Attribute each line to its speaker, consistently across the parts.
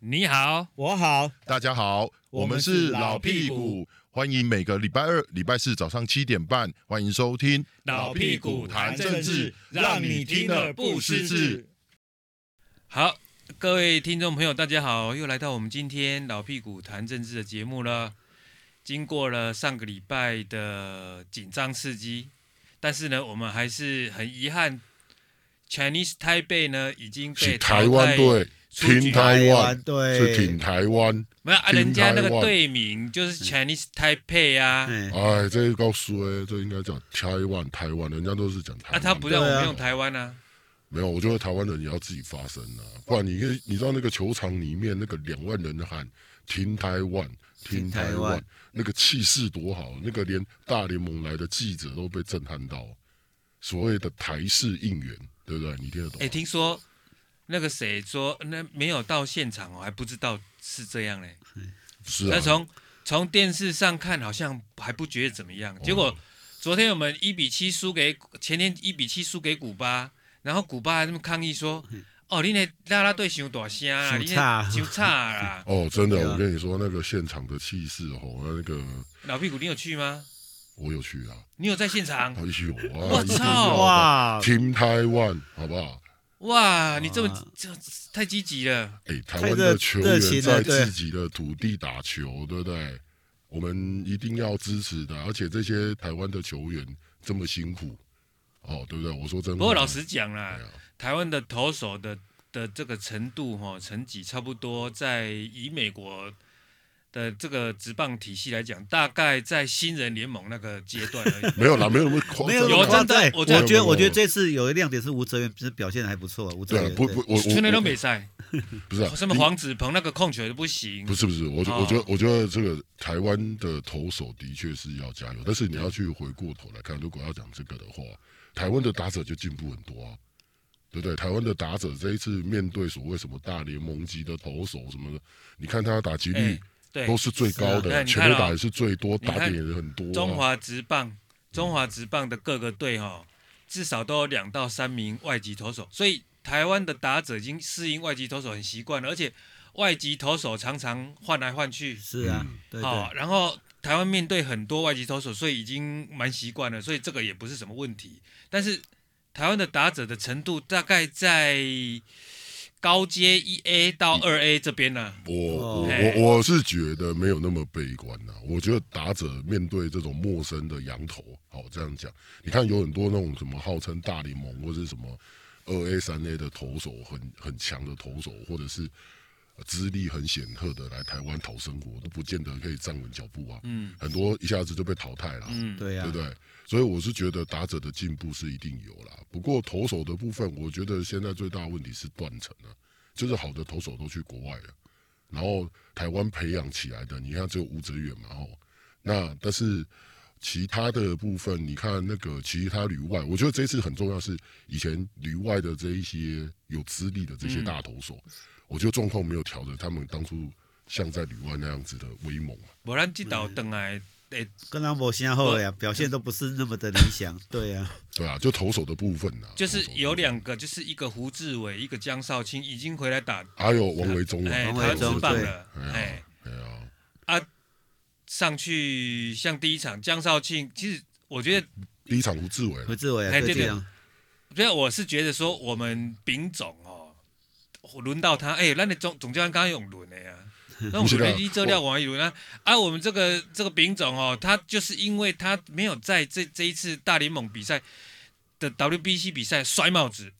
Speaker 1: 你好，
Speaker 2: 我好，
Speaker 3: 大家好，
Speaker 2: 我
Speaker 3: 我
Speaker 2: 们
Speaker 3: 们
Speaker 2: 是
Speaker 3: 是
Speaker 2: 老
Speaker 3: 老
Speaker 2: 屁
Speaker 3: 屁
Speaker 2: 股
Speaker 3: 股，欢迎每个礼拜二、礼拜四早上七点半，欢迎收听
Speaker 1: 老屁股谈政治，
Speaker 3: 让你听了不失智。
Speaker 1: 好，各位听众朋友，大家好，又来到我们今天老屁股谈政治的节目了。经过了上个礼拜的紧张刺激，但是呢，我们还是很遗憾，Chinese Taipei 呢已经被
Speaker 4: 是台湾
Speaker 1: 淘汰
Speaker 4: 队，
Speaker 1: 出局
Speaker 4: 挺台湾
Speaker 2: 对，
Speaker 4: 是挺台湾。
Speaker 1: 没有啊，
Speaker 4: 挺
Speaker 1: 人家那
Speaker 4: 台
Speaker 1: 个
Speaker 4: 湾
Speaker 1: 队名就是 Chinese Taipei 啊，
Speaker 2: 哎，
Speaker 4: 哎，这告诉哎，这应该讲台湾，台湾，人家都是讲台
Speaker 1: 啊，
Speaker 4: 湾。
Speaker 1: 他不让我
Speaker 2: 对
Speaker 1: 们
Speaker 2: 啊
Speaker 1: 用台湾啊，
Speaker 4: 没有，我觉得台湾人也要自己发声啊，不然你你知道那个球场里面那个两万人喊“停台湾，
Speaker 2: 停
Speaker 4: 停台
Speaker 2: 台
Speaker 4: 湾
Speaker 2: 湾”，
Speaker 4: 那个气势多好，那个连大联盟来的记者都被震撼到，所谓的台式应援，对不对？你听得懂
Speaker 1: 哎、
Speaker 4: 吗？
Speaker 1: 听说那个谁说那没有到现场哦，还不知道是这样嘞。
Speaker 4: 是
Speaker 1: 那
Speaker 4: 啊，。
Speaker 1: 从从电视上看，好像还不觉得怎么样。结果昨天我们一比七输给，前天一比七输给古巴，然后古巴还那么抗议说：“哦，你那啦啦队想大声啦，
Speaker 2: 太
Speaker 1: 你
Speaker 2: 差
Speaker 1: 那太差啦
Speaker 4: 哦，真的，
Speaker 2: 对啊
Speaker 4: 我跟你说，那个现场的气势哦，那个”
Speaker 1: 老屁股，你有去吗？
Speaker 4: 我有去啊，
Speaker 1: 你有在现场
Speaker 4: 哎？呦啊！
Speaker 1: 我
Speaker 4: 一定
Speaker 1: 操
Speaker 4: 要的
Speaker 2: 哇，
Speaker 4: 停台湾，好不好？
Speaker 1: 哇，你这
Speaker 2: 哇
Speaker 1: 么这太积极了！
Speaker 4: 哎、
Speaker 2: 太
Speaker 4: 台湾
Speaker 2: 热
Speaker 4: 的球
Speaker 2: 热
Speaker 4: 员
Speaker 2: 情了
Speaker 4: 在
Speaker 2: 对
Speaker 4: 自己的土地打球，对不对？我们一定要支持的，而且这些台湾的球员这么辛苦，哦，对不对？我说真的，
Speaker 1: 不过老实讲啦
Speaker 4: 对，啊。
Speaker 1: 台湾的投手的的这个程度哈、哦、成绩差不多，在以美国的这个职棒体系来讲，大概在新人联盟那个阶段而已
Speaker 4: 没有啦，没有那么夸张，
Speaker 2: 没有
Speaker 1: 有
Speaker 2: 夸
Speaker 1: 真的
Speaker 2: 张对
Speaker 1: 我
Speaker 2: 我
Speaker 1: 真的
Speaker 2: 觉得
Speaker 4: 有
Speaker 2: 我觉得
Speaker 4: 有
Speaker 2: 这次有一个亮点是吴哲源，其实表现还不错，吴哲
Speaker 4: 对啊
Speaker 2: 源，
Speaker 4: 不不， 我
Speaker 1: 春雷都
Speaker 4: 我
Speaker 1: 没赛，
Speaker 4: 不是啊
Speaker 1: 什么黄子鹏那个控球都不行
Speaker 4: 不。是不是，我觉、
Speaker 1: 哦
Speaker 4: 我觉得我觉得这个台湾的投手的确是要加油，但是你要去回过头来看，如果要讲这个的话，台湾的打者就进步很多啊，对不对？台湾的打者这一次面对所谓什么大联盟级的投手什么的，你看他的打击率
Speaker 1: 哎，对
Speaker 4: 都，是最高
Speaker 1: 是啊
Speaker 4: 的，
Speaker 1: 你
Speaker 4: 全
Speaker 1: 看
Speaker 4: 垒
Speaker 1: 哦
Speaker 4: 打也是最多，
Speaker 1: 你看
Speaker 4: 打点也很
Speaker 2: 嗯
Speaker 4: 多、啊。
Speaker 1: 中华职棒，中华职棒的各个队哈、哦，至少都有两到三名外籍投手，所以台湾的打者已经适应外籍投手很习惯了，而且外籍投手常常换来换去，
Speaker 2: 是啊，
Speaker 4: 嗯
Speaker 2: 对
Speaker 1: 好、
Speaker 2: 对，
Speaker 1: 然后台湾面对很多外籍投手，所以已经蛮习惯了，所以这个也不是什么问题。但是台湾的打者的程度大概在高阶一 A 到二 A 这边呢、
Speaker 2: 嗯
Speaker 4: 我我
Speaker 1: 哎
Speaker 4: 我我是觉得没有那么悲观呐、我觉得打者面对这种陌生的羊头，好这样讲，你看有很多那种什么号称大联盟或是什么二 A 三 A 的投手，很很强的投手，或者是呃资历很显赫的来台湾讨生活，都不见得可以站稳脚步啊。
Speaker 1: 嗯
Speaker 4: 很多一下子就被淘汰了。啊
Speaker 1: 嗯，
Speaker 2: 对啊呀
Speaker 4: 对不，对？所以我是觉得打者的进步是一定有啦。不过投手的部分，我觉得现在最大的问题是断层啊，就是好的投手都去国外了，然后台湾培养起来的，你看只有吴哲远嘛吼，那但是其他的部分，你看那个其他旅外，我觉得这次很重要是以前旅外的这一些有资历的这些大投手，我觉得状况没有调整，他们当初像在旅外那样子的威猛啊。
Speaker 1: 不然这岛等来，诶，
Speaker 2: 跟朗博先后了呀，表现都不是那么的理想，对呀，
Speaker 4: 对啊，就投手的部分啊，
Speaker 1: 就是
Speaker 4: 投手的
Speaker 1: 有
Speaker 4: 部分
Speaker 1: 两个，就是一个胡志伟，一个江少卿已经回来打，
Speaker 4: 还有王维忠啊，
Speaker 1: 哎，台
Speaker 2: 嗯王维
Speaker 1: 湾
Speaker 2: 忠
Speaker 1: 职棒
Speaker 2: 对嗯
Speaker 1: 了，哎啊
Speaker 4: 哎，哎呀，
Speaker 1: 上去像第一场江少庆，其实我觉得，
Speaker 4: 第一场胡志伟啊
Speaker 2: 胡，志伟啊，
Speaker 1: 哎
Speaker 2: 对
Speaker 1: 对
Speaker 2: 这样，
Speaker 1: 所以我是觉得说我们丙总哦。轮到他，哎、那你总总教练刚刚用轮的 呀、那我
Speaker 4: 不是啦
Speaker 1: 们一这料王一轮啊，啊，我们这个这个丙总哦，他就是因为他没有在这这一次大联盟比赛的 WBC 比赛摔帽子，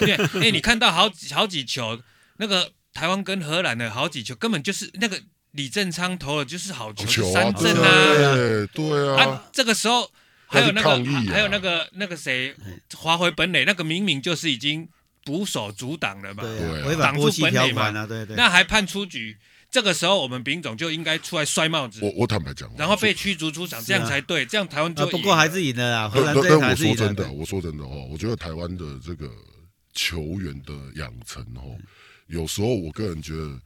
Speaker 1: 对， 哎、你看到好几好几球，那个台湾跟荷兰的好几球，根本就是那个李正昌投的就是好球，
Speaker 4: 好球
Speaker 1: 是
Speaker 4: 啊，
Speaker 1: 三振啊，
Speaker 4: 对对啊，
Speaker 1: 啊，这个时候还有那个、
Speaker 4: 要去抗议啊
Speaker 1: 还有那个那个谁划回本垒，那个明明就是已经捕手阻挡了嘛，
Speaker 2: 对
Speaker 4: 对
Speaker 2: 呀，
Speaker 4: 啊
Speaker 2: 违反
Speaker 1: 挡住
Speaker 2: 波西
Speaker 1: 本垒
Speaker 2: 条
Speaker 1: 嘛
Speaker 2: 款啊，对对，
Speaker 1: 那还判出局，这个时候我们丙总就应该出来摔帽子
Speaker 4: 我，我坦白讲，啊
Speaker 1: 然后被驱逐出场，
Speaker 2: 是啊
Speaker 1: 这样才对，这样台湾
Speaker 2: 啊
Speaker 1: 就赢了、
Speaker 2: 不过还是赢了啦，荷
Speaker 4: 但
Speaker 2: 兰
Speaker 4: 但
Speaker 2: 队
Speaker 4: 但
Speaker 2: 还
Speaker 4: 我
Speaker 2: 是赢
Speaker 4: 说
Speaker 2: 了
Speaker 4: 真的，，我说真的哦，我觉得台湾的这个球员的养成哦，有时候我个人觉得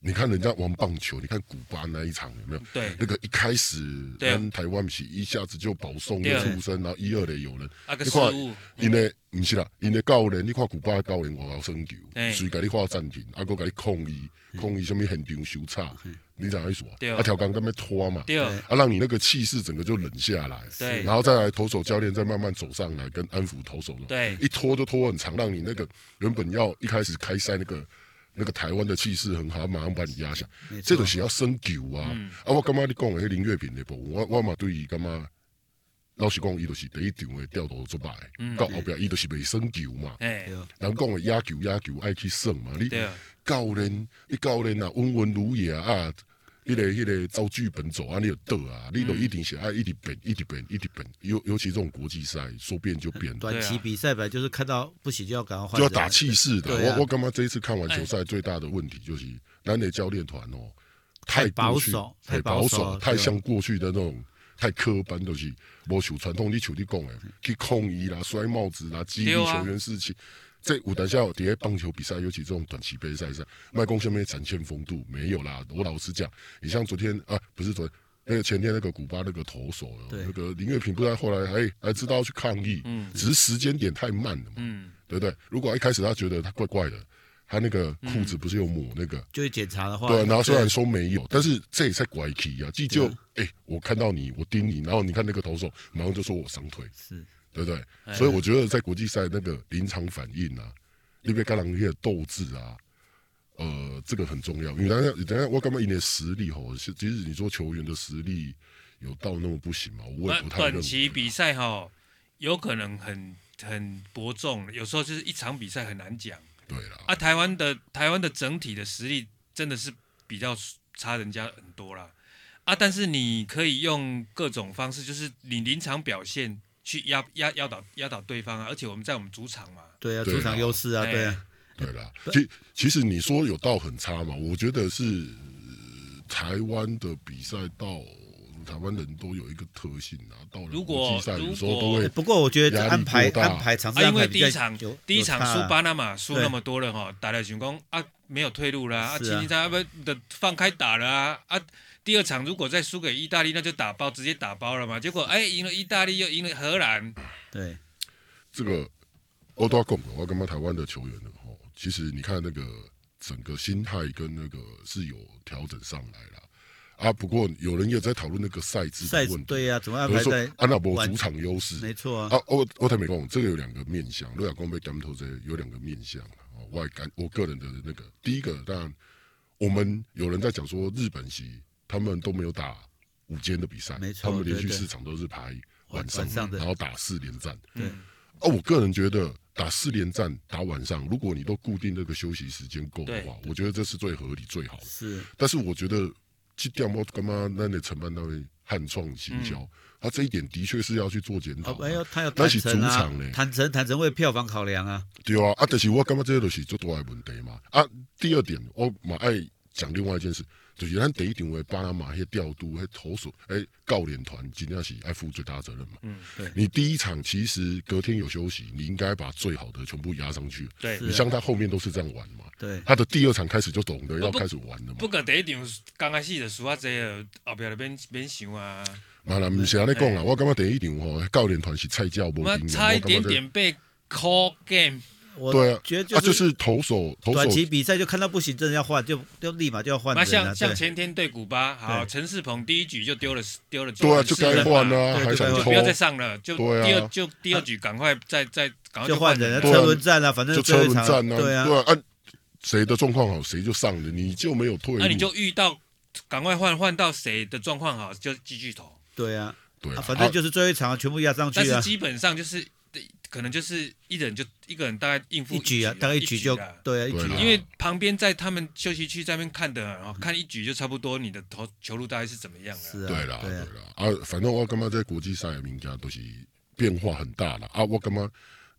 Speaker 4: 你看人家玩棒球，你看古巴那一场有没有？
Speaker 1: 对
Speaker 4: 那个一开始
Speaker 1: 对啊
Speaker 4: 跟台湾不是一下子就保送
Speaker 1: 对
Speaker 4: 就
Speaker 1: 啊
Speaker 4: 出身，然后一二垒有人，
Speaker 1: 啊个
Speaker 4: 你
Speaker 1: 失
Speaker 4: 看
Speaker 1: 误，
Speaker 4: 因的不是啦，因的教练，你看古巴的教练外口生球
Speaker 1: 嘿，
Speaker 4: 谁给你画暂停，啊，佫给你抗议，抗议什么现场修差，你怎意思
Speaker 1: 对
Speaker 4: 啊？啊，条杆在那边拖嘛，
Speaker 1: 对
Speaker 4: 啊，让你那个气势整个就冷下来，
Speaker 1: 对
Speaker 4: 然后再来投手教练再慢慢走上来跟安抚投手的，
Speaker 1: 对
Speaker 4: 一拖就拖很长，让你那个原本要一开始开赛那个那个台湾的气势很好，马上把你压下
Speaker 2: 没，错
Speaker 4: 这种是要升球啊，啊，我感觉你讲的那林月平那部分，我我嘛对伊感觉。老实讲，伊就是第一场的掉头作败，到后壁伊就是未升球嘛。
Speaker 1: 哎，
Speaker 2: 啊
Speaker 4: 人讲的野球野球爱去耍嘛，你
Speaker 1: 对啊
Speaker 4: 教练你教练啊，温文儒雅啊，迄、个迄、个照剧本走啊，你就倒啊，你就
Speaker 2: 嗯
Speaker 4: 一定是爱一直变一直变一直变，尤尤其这种国际赛说变就变，
Speaker 2: 短
Speaker 1: 啊
Speaker 2: 期比赛本来就是看到不行就要赶快换
Speaker 4: 就要
Speaker 2: 人，
Speaker 4: 打气势的。
Speaker 2: 对啊
Speaker 4: 我我干嘛这一次看完球赛最大的问题就是南磊教练团哦，太
Speaker 2: 太保
Speaker 4: 过去
Speaker 2: 守
Speaker 4: 太
Speaker 2: 太保
Speaker 4: 保守，
Speaker 2: 守
Speaker 4: 太
Speaker 2: 对啊
Speaker 4: 像过去的那种。太刻板就是，无像传统你像你讲的，去控衣啦、摔帽子啦、激励
Speaker 1: 对啊
Speaker 4: 球员士气。这有等下有底下棒球比赛，尤其这种短期杯赛上，麦公下面展现风度没有啦。我老实讲，你像昨天啊，不是昨天。那个前天那个古巴那个投手，
Speaker 2: 对
Speaker 4: 那个林月平，不知道后来还还知道要去抗议，只是时间点太慢了嘛，
Speaker 1: 嗯，
Speaker 4: 对不对？如果一开始他觉得他怪怪的，他那个裤子不是有抹那个，
Speaker 2: 就会检查的话，
Speaker 4: 对，然后虽然说没有，但是这也在拐体啊，既就哎、我看到你，我盯你，然后你看那个投手，马上就说我伤腿，
Speaker 2: 是
Speaker 4: 对不对？所以我觉得在国际赛那个临场反应啊，那边橄榄叶的斗志啊，呃，这个很重要。因为等下等下我干嘛一年实力吼，是其实你说球员的实力有到那么不行吗？我也
Speaker 1: 短
Speaker 4: 不太认为啊
Speaker 1: 短期比赛哈，有可能很很伯仲，有时候就是一场比赛很难讲
Speaker 4: 对啦，
Speaker 1: 啊。台湾的台湾的整体的实力真的是比较差人家很多啦啊，但是你可以用各种方式，就是你临场表现去压压压倒压倒对方啊，而且我们在我们主场嘛，
Speaker 2: 对啊，
Speaker 4: 对啊
Speaker 2: 主场优势啊，
Speaker 1: 哎
Speaker 2: 对啊，
Speaker 4: 对啦，其其实你说有到很差嘛，我觉得是、呃台湾的比赛到台湾人都有一个特性啊，到了
Speaker 1: 如果
Speaker 4: 国际赛有时候
Speaker 1: 如
Speaker 4: 都
Speaker 1: 果
Speaker 4: 会
Speaker 2: 哎不过我觉得
Speaker 4: 压力
Speaker 2: 安排
Speaker 4: 过大
Speaker 2: 安排场次
Speaker 1: 啊，
Speaker 2: 安
Speaker 1: 因为
Speaker 2: 排
Speaker 1: 第
Speaker 2: 比较
Speaker 1: 一场
Speaker 2: 有
Speaker 1: 第一场
Speaker 2: 有差啊
Speaker 1: 输
Speaker 2: 啦
Speaker 1: 巴拿马输
Speaker 2: 对
Speaker 1: 那么多了哈，打了群攻啊，没有退路啦啊，
Speaker 2: 是
Speaker 1: 今
Speaker 2: 啊
Speaker 1: 天在要不的放开打了啊啊，第二场如果再输给意大利，那就打包直接打包了嘛。结果哎，赢了意大利又赢了荷兰，
Speaker 2: 对，
Speaker 4: 这个我都要讲，我要跟台湾的球员的吼，其实你看那个整个心态跟那个是有调整上来了啊。不过有人也在讨论那个赛制
Speaker 2: 赛
Speaker 4: 的问题，
Speaker 2: 对啊，怎么安
Speaker 4: 比如
Speaker 2: 排
Speaker 4: 说
Speaker 2: 在
Speaker 4: 安纳伯
Speaker 2: 晚
Speaker 4: 主场优势，
Speaker 2: 没错啊，
Speaker 4: 啊，我我台美讲，这个有两个面向，洛亚光被 Game 投这有两个面向啊。哦我也感我个人的那个第一个，当然我们有人在讲说日本席他们都没有打午间的比赛，
Speaker 2: 没错
Speaker 4: 他们连续
Speaker 2: 对对
Speaker 4: 四场都是排晚上
Speaker 2: 晚上的嗯
Speaker 4: 然后打四连战。
Speaker 2: 对
Speaker 1: 嗯
Speaker 4: 啊，我个人觉得打四连战打晚上，如果你都固定那个休息时间够的话，我觉得这是最合理最好的。
Speaker 2: 是
Speaker 4: 但是我觉得这点我干嘛那你承办单位汉创行销，他这一点的确是要去做检讨
Speaker 2: 哦，嗯
Speaker 4: 的。
Speaker 2: 哎呦，他有
Speaker 4: 啊那
Speaker 2: 坦
Speaker 4: 是主
Speaker 2: 诚啊
Speaker 4: 场嘞，
Speaker 2: 坦诚坦诚为票房考量啊，
Speaker 4: 对啊，啊，但是我感觉这就是最大的问题嘛。啊，第二点，我嘛爱讲另外一件事，就是咱第一场的巴拿马迄调度、迄投手、迄教练团，真正是爱负最大责任嘛。嗯，
Speaker 2: 对
Speaker 4: 你第一场其实隔天有休息，你应该把最好的全部压上去。
Speaker 1: 对
Speaker 4: 你像他后面都是这样玩嘛。
Speaker 2: 对，
Speaker 4: 他的第二场开始就懂得要
Speaker 1: 不
Speaker 4: 开始玩了嘛。
Speaker 1: 不过第一场刚开始就输啊这了，后边就免免想啊，
Speaker 4: 嘛啦，毋是安尼讲啦，我感觉第一场吼，教练团是菜鸟无经
Speaker 1: 哎我
Speaker 4: 验，
Speaker 1: 差一
Speaker 4: 我感觉
Speaker 1: 点
Speaker 4: 这
Speaker 1: 点被 call game，
Speaker 2: 我
Speaker 4: 对啊，
Speaker 2: 觉得
Speaker 4: 啊就是投手投
Speaker 2: 短
Speaker 4: 手
Speaker 2: 期比赛就看到不行，真的要换，就就立马就要换
Speaker 1: 那
Speaker 2: 人啊，
Speaker 1: 像像
Speaker 2: 对，
Speaker 1: 前天对古巴，好，
Speaker 2: 对
Speaker 1: 陈世鹏第一局就丢了丢了，
Speaker 4: 对啊就该换
Speaker 1: 了。
Speaker 4: 啊，
Speaker 2: 对
Speaker 4: 还想
Speaker 1: 就
Speaker 2: 就该
Speaker 4: 抽
Speaker 1: 不要再上了，就第
Speaker 4: 对啊
Speaker 1: 二就第二局赶快再再赶快
Speaker 2: 就换人啊，
Speaker 4: 对
Speaker 2: 车轮战啊，反正
Speaker 4: 就
Speaker 2: 最后
Speaker 4: 车
Speaker 2: 一场
Speaker 4: 轮战啊，
Speaker 2: 对啊，
Speaker 4: 啊，谁的状况好谁就上了，你就没有退路，
Speaker 1: 那啊你就遇到赶快换换到谁的状况好就继续投，
Speaker 2: 对啊，
Speaker 4: 对
Speaker 2: 啊
Speaker 4: 啊，
Speaker 2: 反正就是最后一场全部压上
Speaker 1: 但
Speaker 2: 去
Speaker 1: 是
Speaker 2: 啊，
Speaker 1: 基本上就是可能就是一人就一个人大概应付
Speaker 2: 一局啊，大概
Speaker 1: 一
Speaker 2: 一局就
Speaker 1: 啦
Speaker 2: 对啊，一
Speaker 4: 对
Speaker 2: 局
Speaker 4: 啦嗯
Speaker 1: 因为旁边在他们休息区在那边看的，然后看一局就差不多你的投球路大概是怎么样哎了。
Speaker 2: 是啊，
Speaker 4: 对啦对
Speaker 2: 对啊
Speaker 4: 啦，，啊，反正我感觉在国际赛的名家都是变化很大啦。啊，我感觉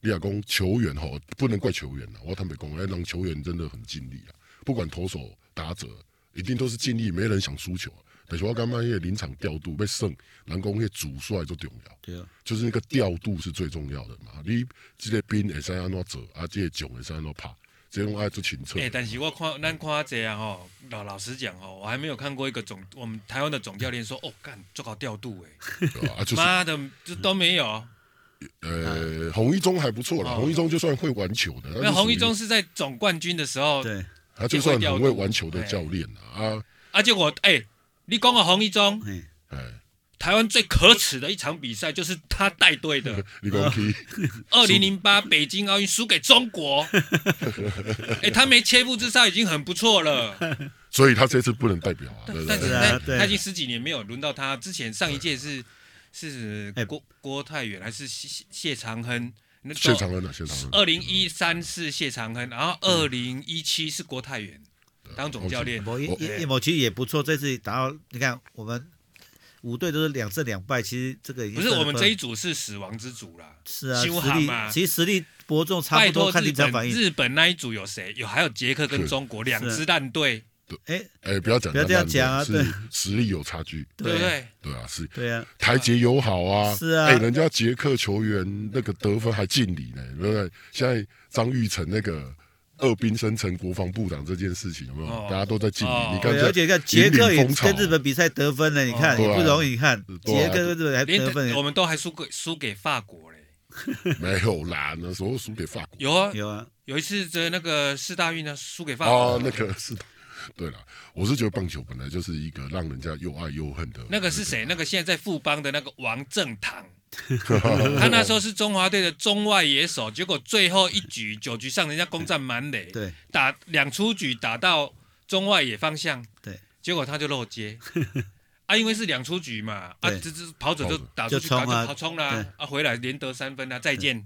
Speaker 4: 你若讲球员吼，不能怪球员啦，我坦白讲，哎，让球员真的很尽力啦，不管投手打者，一定都是尽力，没人想输球。啊但是我感觉迄个临场调度要胜，人讲迄主帅最重要。
Speaker 2: 对啊，
Speaker 4: 就是那个调度是最重要的嘛。你这个兵会使安怎做，啊，这个将会使安怎拍，这种爱做清澈
Speaker 1: 哎、。但是我看咱看这样吼，老老实讲哦吼，我还没有看过一个总我们台湾的总教练说，哦，干做搞调度哎、
Speaker 4: 对啊啊，就是
Speaker 1: 妈的，这都没有。
Speaker 4: 呃，洪一中还不错啦，
Speaker 1: 哦
Speaker 4: 洪一中就算会玩球的，
Speaker 1: 那洪一中
Speaker 4: 他就属于
Speaker 1: 是在总冠军的时候，
Speaker 2: 对，
Speaker 4: 他就算很会玩
Speaker 1: 哎
Speaker 4: 球的教练啦啊，
Speaker 1: 啊，结果哎、你讲个洪一中，
Speaker 2: 哎，
Speaker 4: 哎，
Speaker 1: 台湾最可耻的一场比赛就是他带队 的，
Speaker 4: 你讲去
Speaker 1: 二零零八北京奥运输给中国。哎、他没切腹自杀已经很不错了，
Speaker 4: 所以他这次不能代表啊，
Speaker 1: 但
Speaker 4: 对不
Speaker 1: 但是
Speaker 4: 对？
Speaker 2: 啊
Speaker 1: 他
Speaker 2: 对
Speaker 1: 他已经十几年没有轮到他，之前上一届是是
Speaker 2: 哎
Speaker 1: 郭郭泰远还是谢谢长亨？那
Speaker 4: 谢长恩啊，谢长恩，
Speaker 1: 二零一三是谢长亨，然后
Speaker 2: 嗯
Speaker 1: 二零一七是郭泰远当总教练。
Speaker 2: 某一
Speaker 4: 我
Speaker 2: 叶某其实也不错，这次打到你看我们五队都是两胜两败，其实这个已经
Speaker 1: 不是
Speaker 2: 算
Speaker 1: 我
Speaker 2: 得
Speaker 1: 们
Speaker 2: 分
Speaker 1: 这一组是死亡之组啦，
Speaker 2: 是啊，实
Speaker 1: 修行嘛
Speaker 2: 力其实实力伯仲差
Speaker 1: 拜
Speaker 2: 不多，
Speaker 1: 托
Speaker 2: 看
Speaker 1: 日
Speaker 2: 临场
Speaker 1: 本
Speaker 2: 反应。
Speaker 1: 日本那一组有谁？有还有捷克跟
Speaker 4: 是
Speaker 1: 中国两支烂队，
Speaker 2: 哎，
Speaker 4: 哎，不要讲，
Speaker 2: 不要这样讲啊
Speaker 4: 是
Speaker 2: 对
Speaker 4: 实力有差距，
Speaker 1: 对不对？
Speaker 4: 对啊，是
Speaker 2: 对啊，
Speaker 4: 台捷友好啊，
Speaker 2: 是啊
Speaker 4: 哎，人家捷克球员那个得分还敬礼呢，对不对？现在张玉成那个二兵升成国防部长这件事情，有没
Speaker 1: 哦
Speaker 4: 有？大家都在敬
Speaker 1: 哦
Speaker 4: 礼，你看
Speaker 2: 对，啊
Speaker 4: 这
Speaker 2: 而且看捷克
Speaker 4: 引
Speaker 2: 也
Speaker 4: 领风潮啊
Speaker 2: 跟日本比赛得分了，你看
Speaker 1: 哦
Speaker 2: 也不容易，你看
Speaker 4: 对
Speaker 2: 捷
Speaker 4: 啊
Speaker 2: 克跟日本还得分
Speaker 1: 连我
Speaker 2: 了，
Speaker 1: 们都还输给输给法国嘞。
Speaker 4: 没有啦，那时候输给法国。
Speaker 1: 有啊，
Speaker 2: 有啊，
Speaker 1: 有一次的那个四大运呢，啊输给法国，
Speaker 4: 哦，那个是的，对了，我是觉得棒球本来就是一个让人家又爱又恨的。
Speaker 1: 那个是
Speaker 2: 嗯
Speaker 1: 谁？那个现在在富邦的那个王正堂，
Speaker 2: 嗯
Speaker 1: 他那时候是中华队的中外野手，结果最后一局九局上人家攻占满垒，
Speaker 2: 对
Speaker 1: 打两出局打到中外野方向，
Speaker 2: 对，
Speaker 1: 结果他就漏 接。啊，因为是两出局嘛，啊，
Speaker 2: 对
Speaker 1: 这这跑者就
Speaker 4: 跑者
Speaker 1: 打出去，
Speaker 2: 就冲
Speaker 1: 打
Speaker 2: 啊
Speaker 1: 就跑冲啦
Speaker 2: 对，
Speaker 1: 啊，回来连得三分啊，再见。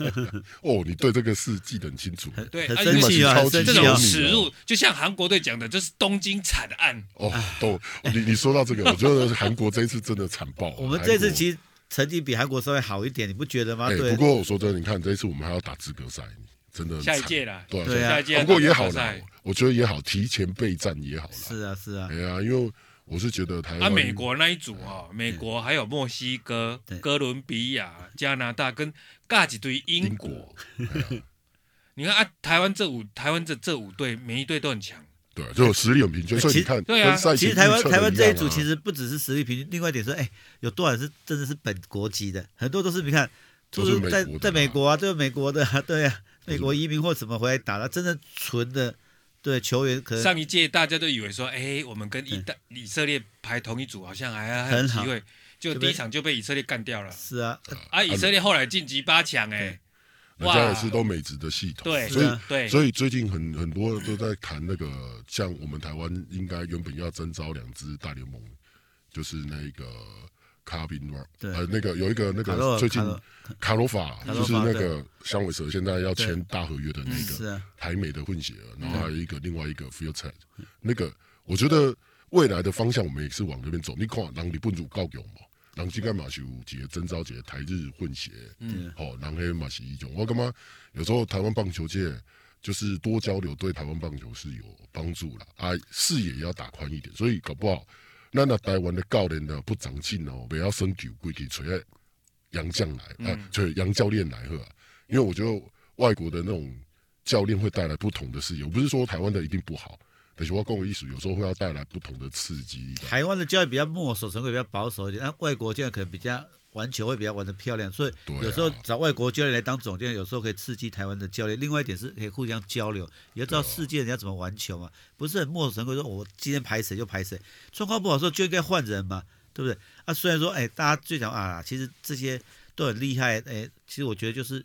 Speaker 4: 哦，你对这个事记得很清楚。
Speaker 1: 对，
Speaker 2: 很
Speaker 1: 啊，
Speaker 2: 生
Speaker 1: 因为
Speaker 2: 气啊，
Speaker 4: 因为
Speaker 2: 很生
Speaker 4: 是
Speaker 1: 这
Speaker 2: 气
Speaker 1: 种
Speaker 2: 啊
Speaker 4: 超，级
Speaker 1: 耻辱，就像韩国队讲的，就是东京惨案。
Speaker 4: 哦，都你你说到这个，我觉得韩国这一次真的惨爆啊。
Speaker 2: 我们这次
Speaker 4: 实
Speaker 2: 其实成绩比韩国稍微好一点，你不觉得吗？
Speaker 4: 哎，
Speaker 2: 啊对
Speaker 4: 不，过我说真的，你看这一次我们还要打资格赛，真的很
Speaker 1: 下一
Speaker 4: 惨
Speaker 1: 届啦
Speaker 4: 对
Speaker 2: 对啊
Speaker 1: 下一届要
Speaker 4: 不过
Speaker 1: 打
Speaker 4: 也
Speaker 1: 国
Speaker 4: 好啦
Speaker 1: 赛，
Speaker 4: 我觉得也好，提前备战也好啦。
Speaker 2: 是啊是啊
Speaker 4: 哎，呀，因为我是觉得台
Speaker 2: 哎
Speaker 1: 啊，
Speaker 4: 湾
Speaker 1: 美国那一组哦，美国还有墨西哥
Speaker 2: 对、
Speaker 1: 哥伦比亚、加拿大跟尬几堆英
Speaker 4: 英
Speaker 1: 国
Speaker 4: 国。，哎
Speaker 1: 你看啊，台湾这五台湾这这五队，每一队都很强。
Speaker 4: 对，啊就有实力很平均，
Speaker 2: 哎
Speaker 4: 所以
Speaker 2: 其
Speaker 4: 你
Speaker 2: 实
Speaker 4: 看，
Speaker 1: 对啊
Speaker 4: 跟赛
Speaker 2: 其
Speaker 4: 前
Speaker 2: 实台湾
Speaker 4: 预测的
Speaker 2: 台湾这一
Speaker 4: 样
Speaker 2: 组
Speaker 4: 啊
Speaker 2: 其实不只是实力平均，另外一点说，哎，有多少是真的是本国籍的，很多都是你看，
Speaker 4: 都
Speaker 2: 就是是
Speaker 4: 美
Speaker 2: 在
Speaker 4: 国的
Speaker 2: 在
Speaker 4: 啊
Speaker 2: 美国啊，对美国的啊，对啊，
Speaker 4: 都 是
Speaker 2: 美国移民或什么回来打的，真的纯的对球员可能
Speaker 1: 上一届大家都以为说，哎，我们跟以大以色列排同一组，好像还还有
Speaker 2: 很
Speaker 1: 机
Speaker 2: 好
Speaker 1: 会，就
Speaker 2: 对不
Speaker 1: 第一
Speaker 2: 对
Speaker 1: 场就被以色列干掉了。
Speaker 2: 是啊，
Speaker 1: 啊，以色列后来晋级八强，哎，
Speaker 4: 人家也是都美职的系统，
Speaker 1: 对
Speaker 4: 所以
Speaker 2: 是啊
Speaker 1: 对
Speaker 4: 所以最近很很多人都在谈那个，像我们台湾应该原本要征召两支大联盟，就是那个卡宾罗，
Speaker 2: 对
Speaker 4: 呃，那个有一个那
Speaker 2: 卡洛
Speaker 4: 个
Speaker 2: 尔
Speaker 4: 最近
Speaker 2: 卡洛
Speaker 4: 卡罗法，
Speaker 2: 卡
Speaker 4: 就
Speaker 2: 洛法
Speaker 4: 是那个响尾蛇现在要签
Speaker 2: 对
Speaker 4: 大合约的那
Speaker 2: 是
Speaker 4: 个
Speaker 2: 啊，嗯
Speaker 4: 台美的混血儿，然后还有一个另外一个 f i e l t e 那个我觉得未来的方向我们也是往这边走。你看，人日本主告勇嘛，人即个嘛是有一个征召一个台日混血，嗯，好、人迄嘛是一种。我感觉有时候台湾棒球界就是多交流，对台湾棒球是有帮助啦，啊，视野也要打宽一点，所以搞不好。咱那台湾的教练呢不长进哦，不要升球规矩，找杨将来，啊、找杨教练来喝、啊，因为我觉得外国的那种教练会带来不同的视野。我不是说台湾的一定不好，但是我跟我艺术有时候会要带来不同的刺激的。
Speaker 2: 台湾的教育比较墨守成规，比较保守一点，那外国教练可能比较玩球会比较玩的漂亮，所以
Speaker 4: 对啊
Speaker 2: 有时候找外国教练来当总教练，有时候可以刺激台湾的教练。另外一点是可以互相交流，你要知道世界人家怎么玩球嘛，不是很墨守成规，说我今天排谁就排谁，状况不好的时候就应该换人嘛，对不对？啊，虽然说哎，大家最讲啊，其实这些都很厉害，哎，其实我觉得就是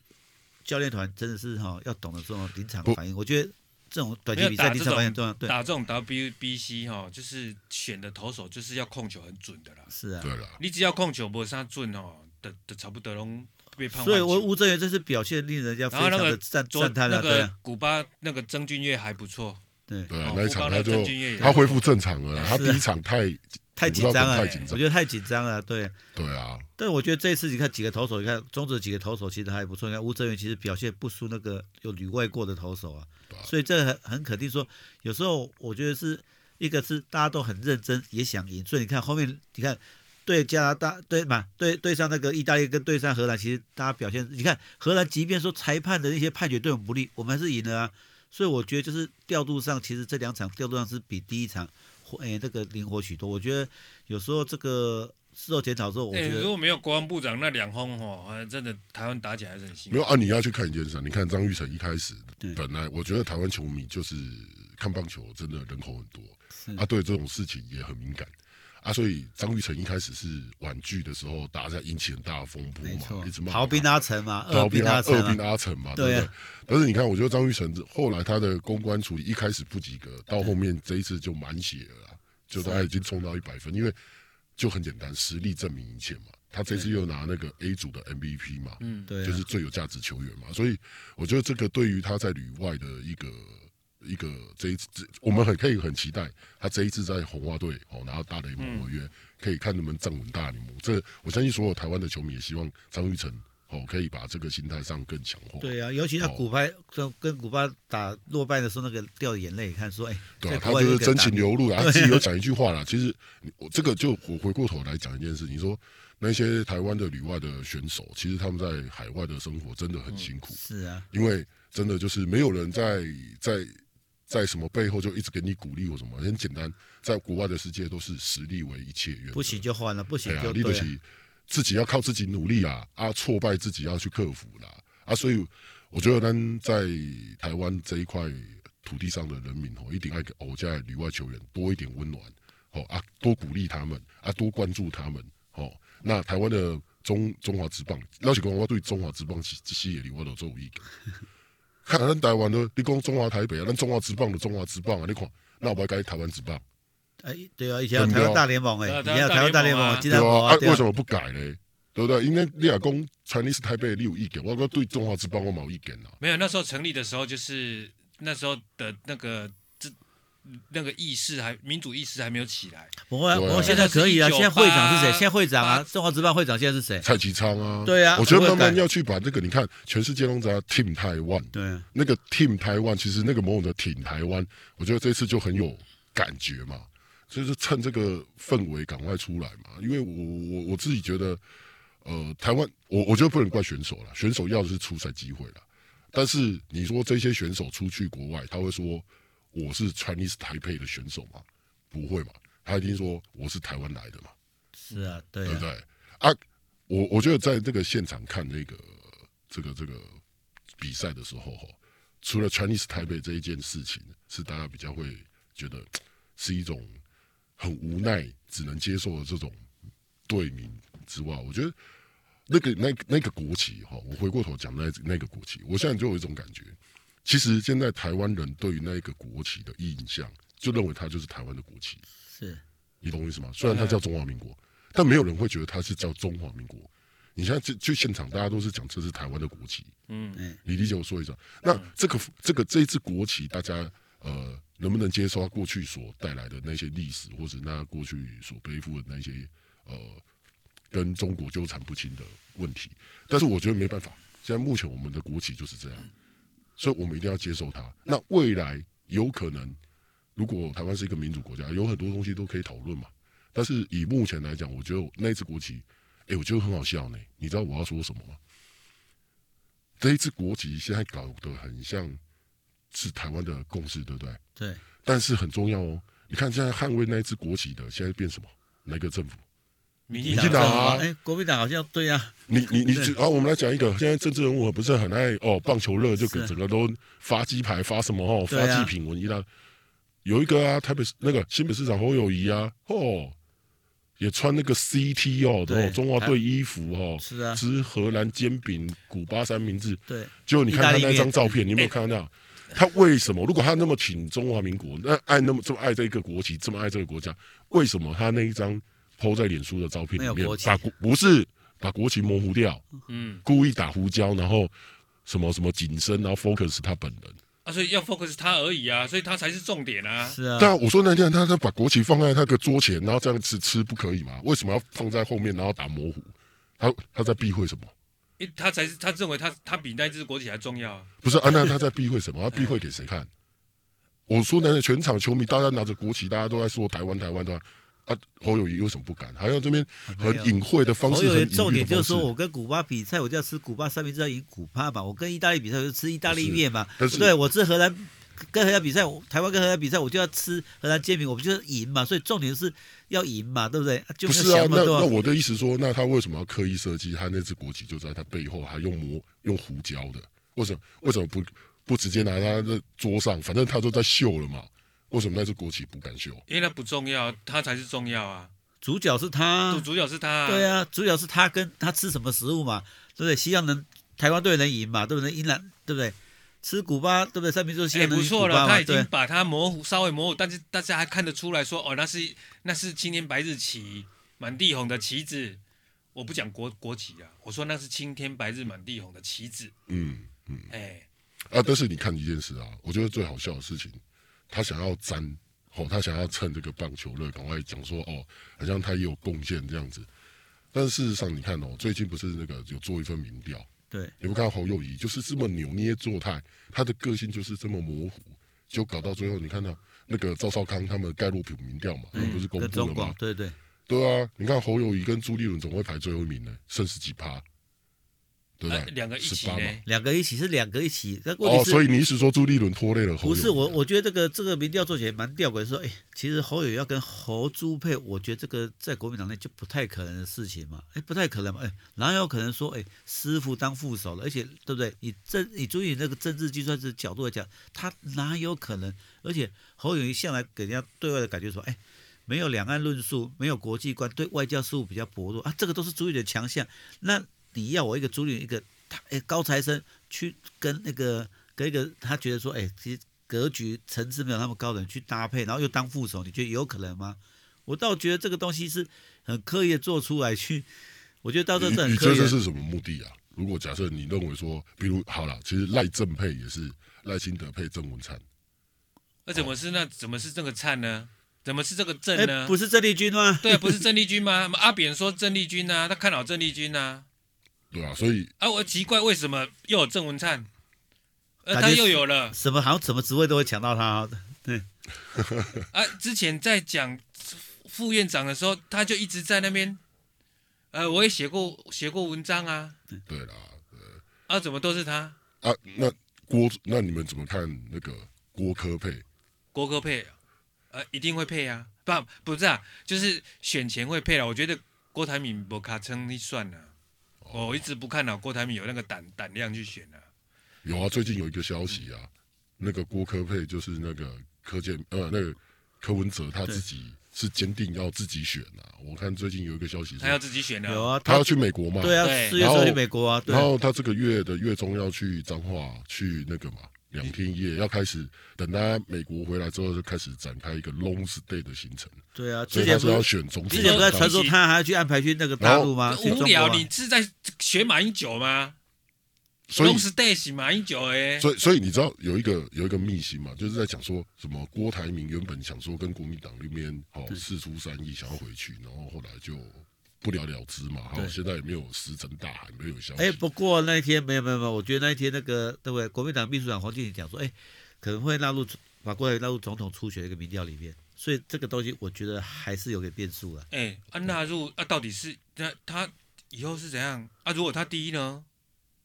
Speaker 2: 教练团真的是哈、要懂得这种临场
Speaker 4: 不
Speaker 2: 反应，我觉得这种短
Speaker 1: 没
Speaker 2: 期
Speaker 1: 有
Speaker 2: 比赛
Speaker 1: 打
Speaker 2: 临
Speaker 1: 这
Speaker 2: 场反应
Speaker 1: 种
Speaker 2: 重要，对，
Speaker 1: 打这种 WBC 哈，哦就是选的投手就是要控球很准的啦。
Speaker 2: 是啊。
Speaker 4: 对了，
Speaker 1: 你只要控球不上准哦，的的差不多拢被判。
Speaker 2: 所以，我吴镇源真是表现令人家啊非
Speaker 1: 然后
Speaker 2: 常
Speaker 1: 那个
Speaker 2: 的赞
Speaker 1: 昨
Speaker 2: 赞叹
Speaker 1: 那
Speaker 2: 啊，对
Speaker 1: 个
Speaker 2: 啊，
Speaker 1: 古巴那个曾俊岳还不错，
Speaker 2: 对，
Speaker 4: 对啊
Speaker 1: 哦，
Speaker 4: 那一场
Speaker 1: 不
Speaker 4: 他
Speaker 1: 包
Speaker 4: 就
Speaker 1: 括郑钧也
Speaker 4: 他恢复正常了啦，
Speaker 2: 啊
Speaker 4: 他第一场太
Speaker 2: 太紧张了，
Speaker 4: 太
Speaker 2: 我
Speaker 4: 紧张
Speaker 2: 觉，得太紧张了，对。
Speaker 4: 对啊，
Speaker 2: 但我觉得这一次你看几个投手，你看中职几个投手其实还不错，你看吴镇源其实表现不输那个有旅外过的投手啊，所以这很很肯定说，有时候我觉得是一个是大家都很认真，也想赢，所以你看后面你看。对加拿大，对嘛，对对上那个意大利跟对上荷兰，其实大家表现，你看荷兰即便说裁判的一些判决对我们不利，我们还是赢了啊。所以我觉得就是调度上，其实这两场调度上是比第一场活诶、那个灵活许多。我觉得有时候这个事后检讨之后，我
Speaker 1: 哎、
Speaker 2: 觉
Speaker 1: 如
Speaker 2: 得
Speaker 1: 果没有国防部长那两轰哦，啊真的台湾打起来还是很辛
Speaker 4: 没
Speaker 1: 苦。
Speaker 4: 有啊，你要去看一件事啊，你看张玉成一开始
Speaker 2: 对，
Speaker 4: 本来我觉得台湾球迷就是看棒球真的人口很多，
Speaker 2: 是
Speaker 4: 啊，对这种事情也很敏感。啊，所以张玉成一开始是婉拒的时候，大家引起很大的风波
Speaker 2: 没
Speaker 4: 嘛
Speaker 2: 错，
Speaker 4: 一直，骂
Speaker 2: 逃兵阿成嘛，
Speaker 4: 逃
Speaker 2: 二
Speaker 4: 兵
Speaker 2: 兵
Speaker 4: 阿
Speaker 2: 阿成
Speaker 4: 二兵
Speaker 2: 啊，
Speaker 4: 阿成嘛，
Speaker 2: 对
Speaker 4: 对
Speaker 2: 啊
Speaker 4: 不对？但是你看，我觉得张玉成后来他的公关处理一开始不及格，到后面这一次就满血了啦，就他已经冲到一百分，因为就很简单，实力证明一切嘛。他这次又拿那个 A 组的 MVP 嘛，
Speaker 1: 嗯，
Speaker 2: 对啊，
Speaker 4: 就是最有价值球员嘛，所以我觉得这个对于他在旅外的一个一个这一次，这我们很可以很期待他这一次在红花队哦拿到大联
Speaker 2: 嗯
Speaker 4: 盟合约，可以看能不能站稳大联盟。这我相信所有台湾的球迷也希望张玉成哦可以把这个心态上更强化。
Speaker 2: 对啊，尤其他
Speaker 4: 哦
Speaker 2: 古巴跟跟古巴打落败的时候，那个掉眼泪，看说哎，
Speaker 4: 对啊
Speaker 2: 在，
Speaker 4: 他
Speaker 2: 国
Speaker 4: 就
Speaker 2: 外
Speaker 4: 是
Speaker 2: 有一个
Speaker 4: 真
Speaker 2: 打
Speaker 4: 情流露啊 啦，他自己有讲一句话啦。其实你我这个就我回过头来讲一件事，你说那些台湾的旅外的选手，其实他们在海外的生活真的很辛苦。
Speaker 2: 是啊，
Speaker 4: 因为真的就是没有人在在在什么背后就一直给你鼓励或什么，很简单，在国外的世界都是实力为一切原则。
Speaker 2: 不行就换了，不行
Speaker 4: 哎呀，
Speaker 2: 就
Speaker 4: 立得
Speaker 2: 对啊，
Speaker 4: 起，自己要靠自己努力啊，啊，挫败自己要去克服啦，啊，所以我觉得咱在台湾这一块土地上的人民哦，一定爱给我家的旅外球员多一点温暖，哦啊，多鼓励他们啊，多关注他们哦。那台湾的中中华职棒，老实讲，我对中华职棒系系列里我都做有意 见。看咱台湾的，你讲中华台北啊，咱中华职棒的中华职棒啊，你看，那我要改台湾职棒，
Speaker 2: 哎，对啊，以前有
Speaker 4: 对不对
Speaker 2: 台湾大联盟哎，以
Speaker 1: 对啊
Speaker 2: 前有台湾大联
Speaker 1: 台湾大联盟
Speaker 2: 盟，
Speaker 1: 啊
Speaker 2: 经
Speaker 4: 对
Speaker 2: 常
Speaker 4: 啊，
Speaker 2: 跑
Speaker 4: 啊
Speaker 2: 啊，对
Speaker 4: 为
Speaker 2: 啊
Speaker 4: 什，么不改呢？对不对？因为你阿公传你是台北，你有意见，我我对中华之邦我冇意见啊啦。
Speaker 1: 没有，那时候成立的时候，就是那时候的那个这那个意识还民主意识还没有起来。
Speaker 2: 不过不
Speaker 4: 对啊
Speaker 2: 过现在可以啊，
Speaker 1: 1988
Speaker 2: 现在会长是谁？现在会长啊，中华职棒会长现在是谁？
Speaker 4: 蔡其昌啊，
Speaker 2: 对啊
Speaker 4: 我觉得慢
Speaker 2: 不会
Speaker 4: 慢
Speaker 2: 改
Speaker 4: 要去把这个，你看全世界都在 Team 台湾，
Speaker 2: 对啊，
Speaker 4: 那个 Team 台湾，其实那个某种的挺台湾，我觉得这次就很有感觉嘛，就是趁这个氛围赶快出来嘛，因为我我我自己觉得，呃，台湾我我觉得不能怪选手啦，选手要的是出赛机会啦，但是你说这些选手出去国外，他会说我是 Chinese 台北的选手吗？不会嘛，他一定说我是台湾来的嘛。
Speaker 2: 是啊，对
Speaker 4: 对不
Speaker 2: 啊，
Speaker 4: 对？啊，我我觉得在这个现场看这个这个这个比赛的时候，哈，除了 Chinese 台北这一件事情，是大家比较会觉得是一种很无奈，只能接受的这种队名之外，我觉得那个那那个国旗，哈，我回过头讲那那个国旗，我现在就有一种感觉，其实现在台湾人对于那个国旗的印象，就认为它就是台湾的国旗。
Speaker 2: 是
Speaker 4: 你懂我意思吗？虽然它叫中华民国，但没有人会觉得它是叫中华民国。你现在就就现场，大家都是讲这是台湾的国旗，
Speaker 1: 嗯，
Speaker 4: 你理解我说一下。那这个这个这一支国旗，大家呃能不能接受它过去所带来的那些历史，或者那过去所背负的那些呃跟中国纠缠不清的问题？但是我觉得没办法，现在目前我们的国旗就是这样，所以我们一定要接受它。那未来有可能，如果台湾是一个民主国家，有很多东西都可以讨论嘛。但是以目前来讲，我觉得那一支国旗，哎、我觉得很好笑呢。你知道我要说什么吗？这一支国旗现在搞得很像是台湾的共识，对不对？
Speaker 2: 对，
Speaker 4: 但是很重要哦。你看现在捍卫那一支国旗的，现在变什么？哪个政府？
Speaker 1: 民
Speaker 4: 民
Speaker 1: 进
Speaker 4: 进
Speaker 1: 党
Speaker 4: 党啊
Speaker 2: 哎，国民党好像对啊，
Speaker 4: 你你你，
Speaker 2: 对
Speaker 4: 然后我们来讲一个，现在政治人物不是很爱哦，棒球热就给
Speaker 2: 是
Speaker 4: 整个都发鸡排发什么哦，
Speaker 2: 对
Speaker 4: 发
Speaker 2: 啊
Speaker 4: 祭品文一啦。有一个啊，台北市那个新北市长侯友谊啊，哦，也穿那个 CT 哦，
Speaker 2: 对啊
Speaker 4: 哦中华队衣服哦，
Speaker 2: 是啊
Speaker 4: 吃荷兰煎饼、古巴三明治，
Speaker 2: 对，
Speaker 4: 就你看他
Speaker 2: 意大
Speaker 4: 那
Speaker 2: 利面
Speaker 4: 张照片，你有没有看到？他为什么？如果他那么挺中华民国，那爱那么这么爱这个国旗，这么爱这个国家，为什么他那一张抛在脸书的照片里
Speaker 2: 没
Speaker 4: 面
Speaker 2: 有国，旗
Speaker 4: 把国不是把国旗模糊掉，
Speaker 1: 嗯
Speaker 4: 故意打胡椒，然后什么什么紧身，然后 focus 他本人。
Speaker 1: 啊，所以要 focus 他而已啊，所以他才是重点啊。
Speaker 2: 是啊，
Speaker 4: 但我说那天他他把国旗放在他的桌前，然后这样子吃不可以吗？为什么要放在后面，然后打模糊？他他在避讳什么？
Speaker 1: 因为他才是他认为他他比那支国旗还重要、啊。
Speaker 4: 不是啊，那他在避讳什么？他避讳给谁看？我说呢，全场球迷大家拿着国旗，大家都在说台湾，台湾，台湾。啊，侯友谊为什么不敢？还要这边很隐晦的方
Speaker 2: 我
Speaker 4: 式，
Speaker 2: 啊有
Speaker 4: 很
Speaker 2: 一个
Speaker 4: 隐喻的
Speaker 2: 重点就是说，
Speaker 4: 方式
Speaker 2: 我跟古巴比赛，我就要吃古巴三明治，要赢古巴嘛；我跟意大利比赛，我就吃意大利面嘛。
Speaker 4: 但是
Speaker 2: 对，我吃荷兰跟荷兰比赛，我台湾跟荷兰比赛，我就要吃呃荷兰煎饼，我不就是赢嘛？所以重点是要赢嘛，对不对？就
Speaker 4: 不
Speaker 2: 没有
Speaker 4: 是啊
Speaker 2: 想，
Speaker 4: 那
Speaker 2: 么
Speaker 4: 那
Speaker 2: 多。
Speaker 4: 我的意思说，那他为什么要刻意设计？他那只国旗就在他背后，还用磨用胡椒的，为什么为什么不不直接拿他的桌上？反正他都在秀了嘛，为什么那只国旗不敢秀？
Speaker 1: 因为那不重要，他才是重要啊。
Speaker 2: 主角是他
Speaker 1: 主
Speaker 2: 啊，
Speaker 1: 主角是他、
Speaker 2: 对，啊，主角是他跟他吃什么食物嘛，对不对？希望能台湾队能赢嘛，对不对？英兰对不对？吃古巴对不对？三明治希
Speaker 1: 哎、
Speaker 2: 望能
Speaker 1: 不
Speaker 2: 赢古
Speaker 1: 错
Speaker 2: 巴
Speaker 1: 了，
Speaker 2: 嘛，
Speaker 1: 他已
Speaker 2: 对
Speaker 1: 经把它模糊稍微模糊，但是大家还看得出来说，哦，那是那是青天白日旗，满地红的旗子。我不讲国国旗啊，我说那是青天白日满地红的旗子。
Speaker 4: 嗯
Speaker 1: 哎、
Speaker 4: 啊，但是你看一件事啊，我觉得最好笑的事情，他想要沾。哦，他想要趁这个棒球热，赶快讲说哦，好像他也有贡献这样子。但是事实上，你看哦，最近不是那个有做一份民调，
Speaker 2: 对
Speaker 4: 你们看到侯友谊就是这么扭捏作态，他的个性就是这么模糊，就搞到最后，你看到那个赵少康他们盖洛普民调嘛，他
Speaker 1: 嗯
Speaker 4: 们不是公
Speaker 2: 跟
Speaker 4: 布
Speaker 2: 中
Speaker 4: 了
Speaker 2: 国
Speaker 4: 吗？
Speaker 2: 对对，
Speaker 4: 对啊，你看侯友谊跟朱立伦总会排最后一名呢，剩十几趴，对不
Speaker 1: 啊
Speaker 4: 对？
Speaker 1: 两个一起
Speaker 4: 18嘛
Speaker 1: 呢，
Speaker 2: 两个一起是两个一起，那问
Speaker 4: 哦，
Speaker 2: 题是
Speaker 4: 所以你是说朱立伦拖累了侯
Speaker 2: 不
Speaker 4: 友宜？
Speaker 2: 是我，我觉得这个这个民调做起来蛮吊诡，说，哎，其实侯友宜要跟侯朱配，我觉得这个在国民党内就不太可能的事情嘛，哎，不太可能嘛，哎，哪有可能说，哎，师傅当副手了，而且对不对？以政以朱以那个政治计算的角度来讲，他哪有可能？而且侯友宜向来给人家对外的感觉说，哎。没有两岸论述，没有国际观，对外交事务比较薄弱啊，这个都是朱立伦的强项。那你要我一个朱立伦一个他哎高材生去跟那个跟一个他觉得说哎，其实格局层次没有那么高的人去搭配，然后又当副手，你觉得有可能吗？我倒觉得这个东西是很刻意的做出来去，我觉得到这是
Speaker 4: 你
Speaker 2: 很
Speaker 4: 你
Speaker 2: 刻
Speaker 4: 觉
Speaker 2: 意
Speaker 4: 得这
Speaker 2: 的。
Speaker 4: 是什么目的啊？如果假设你认为说，比如好了，其实赖政配也是赖清德配郑文灿，
Speaker 1: 那怎么是那怎么是这个灿呢？怎么是这个正
Speaker 2: 哎，
Speaker 1: 呢？
Speaker 2: 不是郑丽君吗？
Speaker 1: 对啊，不是郑丽君吗？阿扁说郑丽君啊，他看好郑丽君啊。
Speaker 4: 对吧、所以
Speaker 1: 啊，我奇怪为什么又有郑文灿，呃，
Speaker 2: 感
Speaker 1: 他
Speaker 2: 觉是
Speaker 1: 又有了
Speaker 2: 什么好像什么职位都会抢到他哦、
Speaker 1: 啊。之前在讲副院长的时候，他就一直在那边，呃，我也写过写过文章啊，
Speaker 2: 嗯
Speaker 4: 对啦，
Speaker 1: 啊，怎么都是他
Speaker 4: 啊，那郭，那你们怎么看那个郭科配？
Speaker 1: 国歌配，呃，一定会配啊，不不是啊，就是选前会配了。我觉得郭台铭不卡称一算了、我一直不看啊好郭台铭有那个胆胆量去选啊。
Speaker 4: 有啊，最近有一个消息啊，那个郭科配就是那个柯建呃那个柯文哲他自己是坚定要自己选啊。我看最近有一个消息
Speaker 1: 他要
Speaker 4: 说
Speaker 1: 自己选
Speaker 2: 有
Speaker 1: 啊，
Speaker 2: 啊，
Speaker 4: 他
Speaker 2: 他
Speaker 4: 要去美国嘛，
Speaker 2: 对啊，
Speaker 1: 对
Speaker 2: 四月时候去美国啊，对
Speaker 4: 然，后他这个月的月中要去彰化去那个嘛。两天一夜要开始，等他美国回来之后就开始展开一个 long stay 的行程，
Speaker 2: 对啊，
Speaker 4: 所
Speaker 2: 之
Speaker 4: 以他
Speaker 2: 前
Speaker 4: 是
Speaker 2: 不
Speaker 4: 要
Speaker 2: 是
Speaker 4: 选总统。
Speaker 2: 之前不是在传说
Speaker 1: 东西
Speaker 2: 他还要去安排去那个大陆吗？去中
Speaker 1: 无
Speaker 2: 国
Speaker 1: 聊，
Speaker 2: 啊？
Speaker 1: 你是在学马英九吗？
Speaker 4: 所以
Speaker 1: 都是 d a 马英九哎，
Speaker 4: 所以，所以你知道有一个有一个秘辛嘛，就是在讲说什么郭台铭原本想说跟国民党那边哦事出善意，想要回去，然后后来就不了了之嘛，哈、
Speaker 2: 对
Speaker 4: 现在也没有石沉大海，没有消息。
Speaker 2: 哎，不过那一天没有没有没有，我觉得那一天那个对不对？国民党秘书长黄健庭讲说，哎，可能会纳入把过来纳入总统初选的一个民调里面，所以这个东西我觉得还是有点变数了。
Speaker 1: 哎，啊纳入啊，到底是那他以后是怎样啊？如果他第一呢，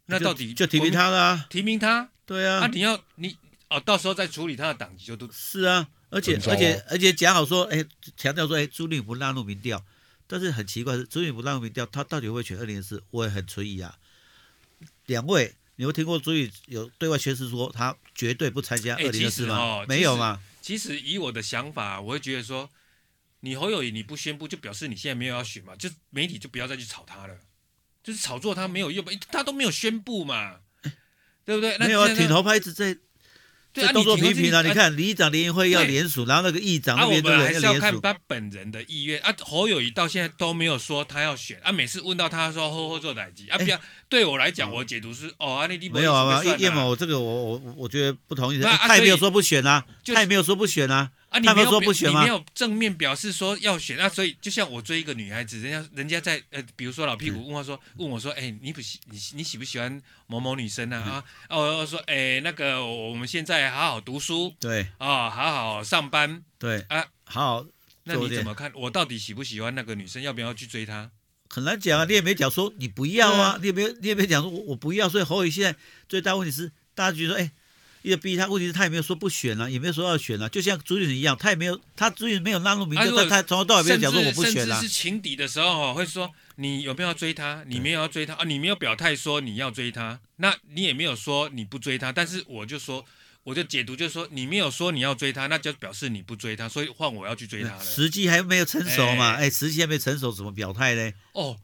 Speaker 1: 那
Speaker 2: 就
Speaker 1: 到底
Speaker 2: 就提
Speaker 1: 国
Speaker 2: 名
Speaker 1: 民
Speaker 2: 他了啊，
Speaker 1: 提名他
Speaker 2: 对
Speaker 1: 啊？
Speaker 2: 啊，
Speaker 1: 你要你哦，到时候再处理他的党籍就都
Speaker 2: 是啊，而且
Speaker 4: 很糟哦
Speaker 2: 而且而且讲好说，哎，强调说，哎，朱立伦不纳入民调，但是很奇怪是朱立伦不纳入民调，他到底会不会选二零四？我也很存疑啊。两位，你有听过朱立有对外宣誓说他绝对不参加
Speaker 1: 哎
Speaker 2: 二
Speaker 1: 其实
Speaker 2: 零四吗？
Speaker 1: 哦
Speaker 2: 没有嘛？
Speaker 1: 其实以我的想法，我会觉得说，你侯友宜你不宣布，就表示你现在没有要选嘛，就媒体就不要再去炒他了，就是炒作他没有用，他都没有宣布嘛，对不对？那
Speaker 2: 没有啊，
Speaker 1: 那
Speaker 2: 挺头派一直在
Speaker 1: 对
Speaker 2: 在
Speaker 1: 啊，
Speaker 2: 动作
Speaker 1: 挺头
Speaker 2: 频
Speaker 1: 自己
Speaker 2: 频啊。
Speaker 1: 啊
Speaker 2: 你，看，里长联谊会要
Speaker 1: 对
Speaker 2: 联署，然后那个议长
Speaker 1: 啊，
Speaker 2: 那
Speaker 1: 我
Speaker 2: 边对
Speaker 1: 们
Speaker 2: 不
Speaker 1: 还
Speaker 2: 对
Speaker 1: 是要
Speaker 2: 要联
Speaker 1: 看
Speaker 2: 署，
Speaker 1: 他本人的意愿啊。侯友谊到现在都没有说他要选啊，每次问到他说“呵呵做哪集”啊，
Speaker 2: 哎
Speaker 1: 不要对我来讲，我解读是哦，啊，你你
Speaker 2: 没有啊？叶
Speaker 1: 叶
Speaker 2: 叶某，我这个我我我我觉得不同意，哎
Speaker 1: 那啊
Speaker 2: 他也没有
Speaker 1: 所
Speaker 2: 说不选啊，
Speaker 1: 就
Speaker 2: 他也没有说不选啊。
Speaker 1: 啊，你
Speaker 2: 他
Speaker 1: 没
Speaker 2: 们
Speaker 1: 有
Speaker 2: 说
Speaker 1: 表
Speaker 2: 不选
Speaker 1: 你
Speaker 2: 吗
Speaker 1: 没有正面表示说要选啊，所以就像我追一个女孩子，人家人家在呃，比如说老屁股问我说，问我说，哎、你不喜你喜你喜不喜欢某某女生啊？
Speaker 2: 嗯
Speaker 1: 啊啊，我我说，哎、那个我我们现在好好读书
Speaker 2: 对
Speaker 1: 啊，好好上班，
Speaker 2: 对
Speaker 1: 啊，
Speaker 2: 好，
Speaker 1: 那
Speaker 2: 做
Speaker 1: 你怎
Speaker 2: 点
Speaker 1: 么看？我到底喜不喜欢那个女生？要不要去追她？
Speaker 2: 很难讲啊，你也没讲说
Speaker 1: 啊
Speaker 2: 你不要啊，你也没有，你也没讲说我我不要，所以侯友宜现在最大问题是大家觉得说，哎、一直逼他。问题是他也没有说不选啊，也没有说要选啊，就像朱立伦一样，他也没有他朱立伦没有纳入名
Speaker 1: 啊
Speaker 2: 单，
Speaker 1: 如果
Speaker 2: 但他从头到尾没有
Speaker 1: 甚至
Speaker 2: 讲说我不选
Speaker 1: 甚
Speaker 2: 啊
Speaker 1: 至是。情敌的时候哦，会说你有没有要追他？你没有要追他啊？你没有表态说你要追他，那你也没有说你不追他。但是我就说，我就解读就是说，你没有说你要追他，那就表示你不追他，所以换我要去追他了。
Speaker 2: 时机还没有成熟嘛？
Speaker 1: 哎
Speaker 2: 哎，时机还没成熟，怎么表态呢？
Speaker 1: 哦，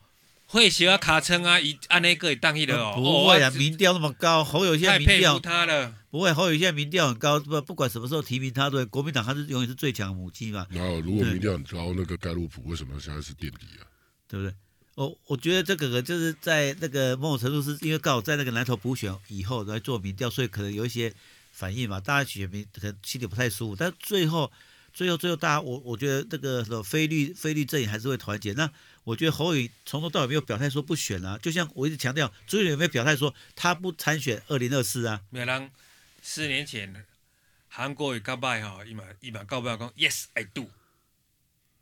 Speaker 1: 会学啊，卡称啊，一按那个当一的哦，
Speaker 2: 不会啊，
Speaker 1: 哦我
Speaker 2: 民调那么高，侯友现在
Speaker 1: 太
Speaker 2: 民
Speaker 1: 佩服
Speaker 2: 调
Speaker 1: 他了。
Speaker 2: 不会，侯友现在民调很高，不不管什么时候提名他，对国民党他是永远是最强的母鸡嘛，
Speaker 4: 然后如果民调很高，那个盖洛普为什么现在是垫底啊？
Speaker 2: 对不对？我我觉得这个可就是在那个某种程度是因为刚好在那个南投补选以后来做民调，所以可能有一些反应嘛，大家选民可能心里不太舒服，但最后最后最后大家我我觉得那个什么菲律菲律阵营还是会团结。那我觉得侯友宜从头到尾没有表态说不选啊，就像我一直强调，朱立伦有没有表态说他不参选二零二四啊？
Speaker 1: 哦没人四年前韩国语告白哈，一马一马告白讲 Yes I do。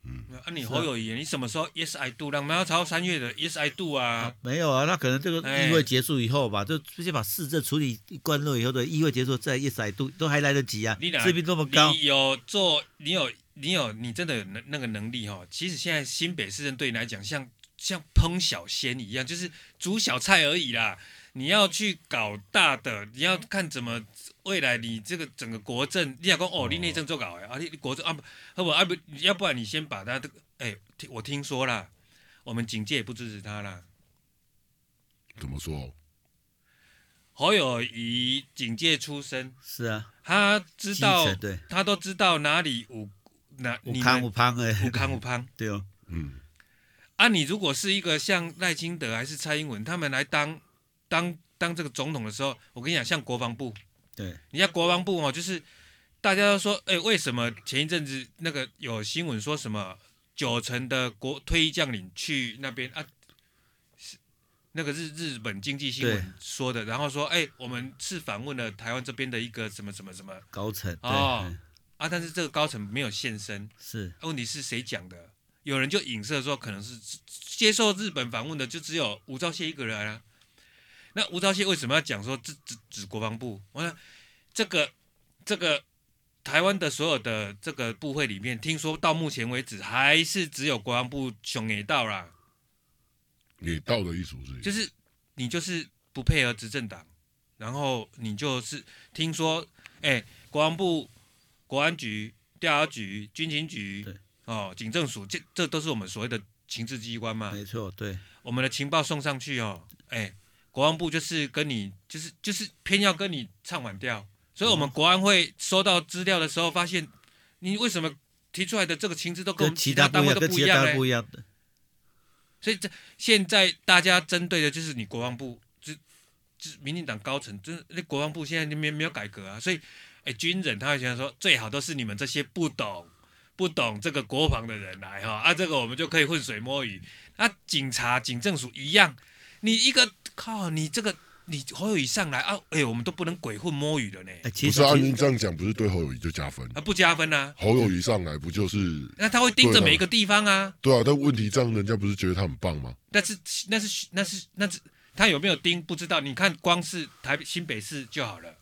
Speaker 1: 嗯，啊，你侯友谊，你什么时候 Yes I do？让苗朝三月的 Yes I do 啊，
Speaker 2: 没有啊，那可能这个
Speaker 1: 哎
Speaker 2: 议会结束以后吧，就先把市政处理关落以后的议会结束，再一甩都都还来得及啊。
Speaker 1: 你哪
Speaker 2: 知名度那么高
Speaker 1: 你，有做，你有你有你真的有能那个能力哈。其实现在新北市政对你来讲，像像烹小鲜一样，就是煮小菜而已啦。你要去搞大的，你要看怎么未来你这个整个国政，你要讲哦，你内政做搞哎，啊，你你国政啊不，啊不啊不，要不然你先把他这个哎，听我听说啦，我们警界也不支持他啦。
Speaker 4: 怎么说？
Speaker 1: 侯友谊警界出身，
Speaker 2: 是啊，
Speaker 1: 他知
Speaker 2: 基
Speaker 1: 道
Speaker 2: 层，对，
Speaker 1: 他都知道哪里有哪
Speaker 2: 五
Speaker 1: 你
Speaker 2: 康
Speaker 1: 们
Speaker 2: 五康哎，
Speaker 1: 五康五康
Speaker 2: 对哦，
Speaker 4: 嗯，
Speaker 1: 啊！你如果是一个像赖清德还是蔡英文他们来当当当这个总统的时候，我跟你讲，像国防部，
Speaker 2: 对，
Speaker 1: 你像国防部哦，就是大家都说，哎、为什么前一阵子那个有新闻说什么九成的国退役将领去那边啊？是那个日日本经济新
Speaker 2: 对
Speaker 1: 闻说的，然后说，哎、我们是访问了台湾这边的一个什么什么什么
Speaker 2: 高层对、
Speaker 1: 哦
Speaker 2: 嗯
Speaker 1: 啊，但是这个高层没有现身，
Speaker 2: 是
Speaker 1: 问题是谁讲的？有人就影射说，可能是接受日本访问的就只有吴钊燮一个人啊。那吴钊燮为什么要讲说指指指国防部？我说这个这个台湾的所有的这个部会里面，听说到目前为止还是只有国防部熊也到啦，
Speaker 4: 你到的意思是
Speaker 1: 就是你就是不配合执政党，然后你就是听说，哎、国防部、国安局、调查局、军情局
Speaker 2: 对、
Speaker 1: 哦，警政署，这这都是我们所谓的情治机关嘛。
Speaker 2: 没错，对，
Speaker 1: 我们的情报送上去哦，哎、国防部就是跟你，就是就是偏要跟你唱反调，所以我们国安会收到资料的时候，发现你为什么提出来的这个情资都跟我
Speaker 2: 跟
Speaker 1: 们
Speaker 2: 其
Speaker 1: 其
Speaker 2: 他
Speaker 1: 单
Speaker 2: 不一
Speaker 1: 位
Speaker 2: 样，
Speaker 1: 都
Speaker 2: 跟
Speaker 1: 不
Speaker 2: 其
Speaker 1: 一
Speaker 2: 他
Speaker 1: 样
Speaker 2: 单
Speaker 1: 嘞
Speaker 2: 位不一样的，
Speaker 1: 所以这现在大家针对的就是你国防部，这这民进党高层，真的那国防部现在没没有改革啊，所以哎，军人他会想说，最好都是你们这些不懂不懂这个国防的人来哈，啊，这个我们就可以浑水摸鱼。啊，警察、警政署一样，你一个靠你这个你侯友宜上来啊，哎，我们都不能鬼混摸鱼了呢，
Speaker 2: 哎，其
Speaker 4: 不
Speaker 2: 实
Speaker 4: 是啊？
Speaker 2: 其
Speaker 4: 你这样讲不是对侯友谊就加分？
Speaker 1: 啊，不加分啊，
Speaker 4: 侯友谊上来不就是
Speaker 1: 那他会盯着每一个地方啊。
Speaker 4: 对啊？但问题这样人家不是觉得他很棒吗？
Speaker 1: 但是那是那是那是他有没有盯不知道，你看光是台新北市就好了。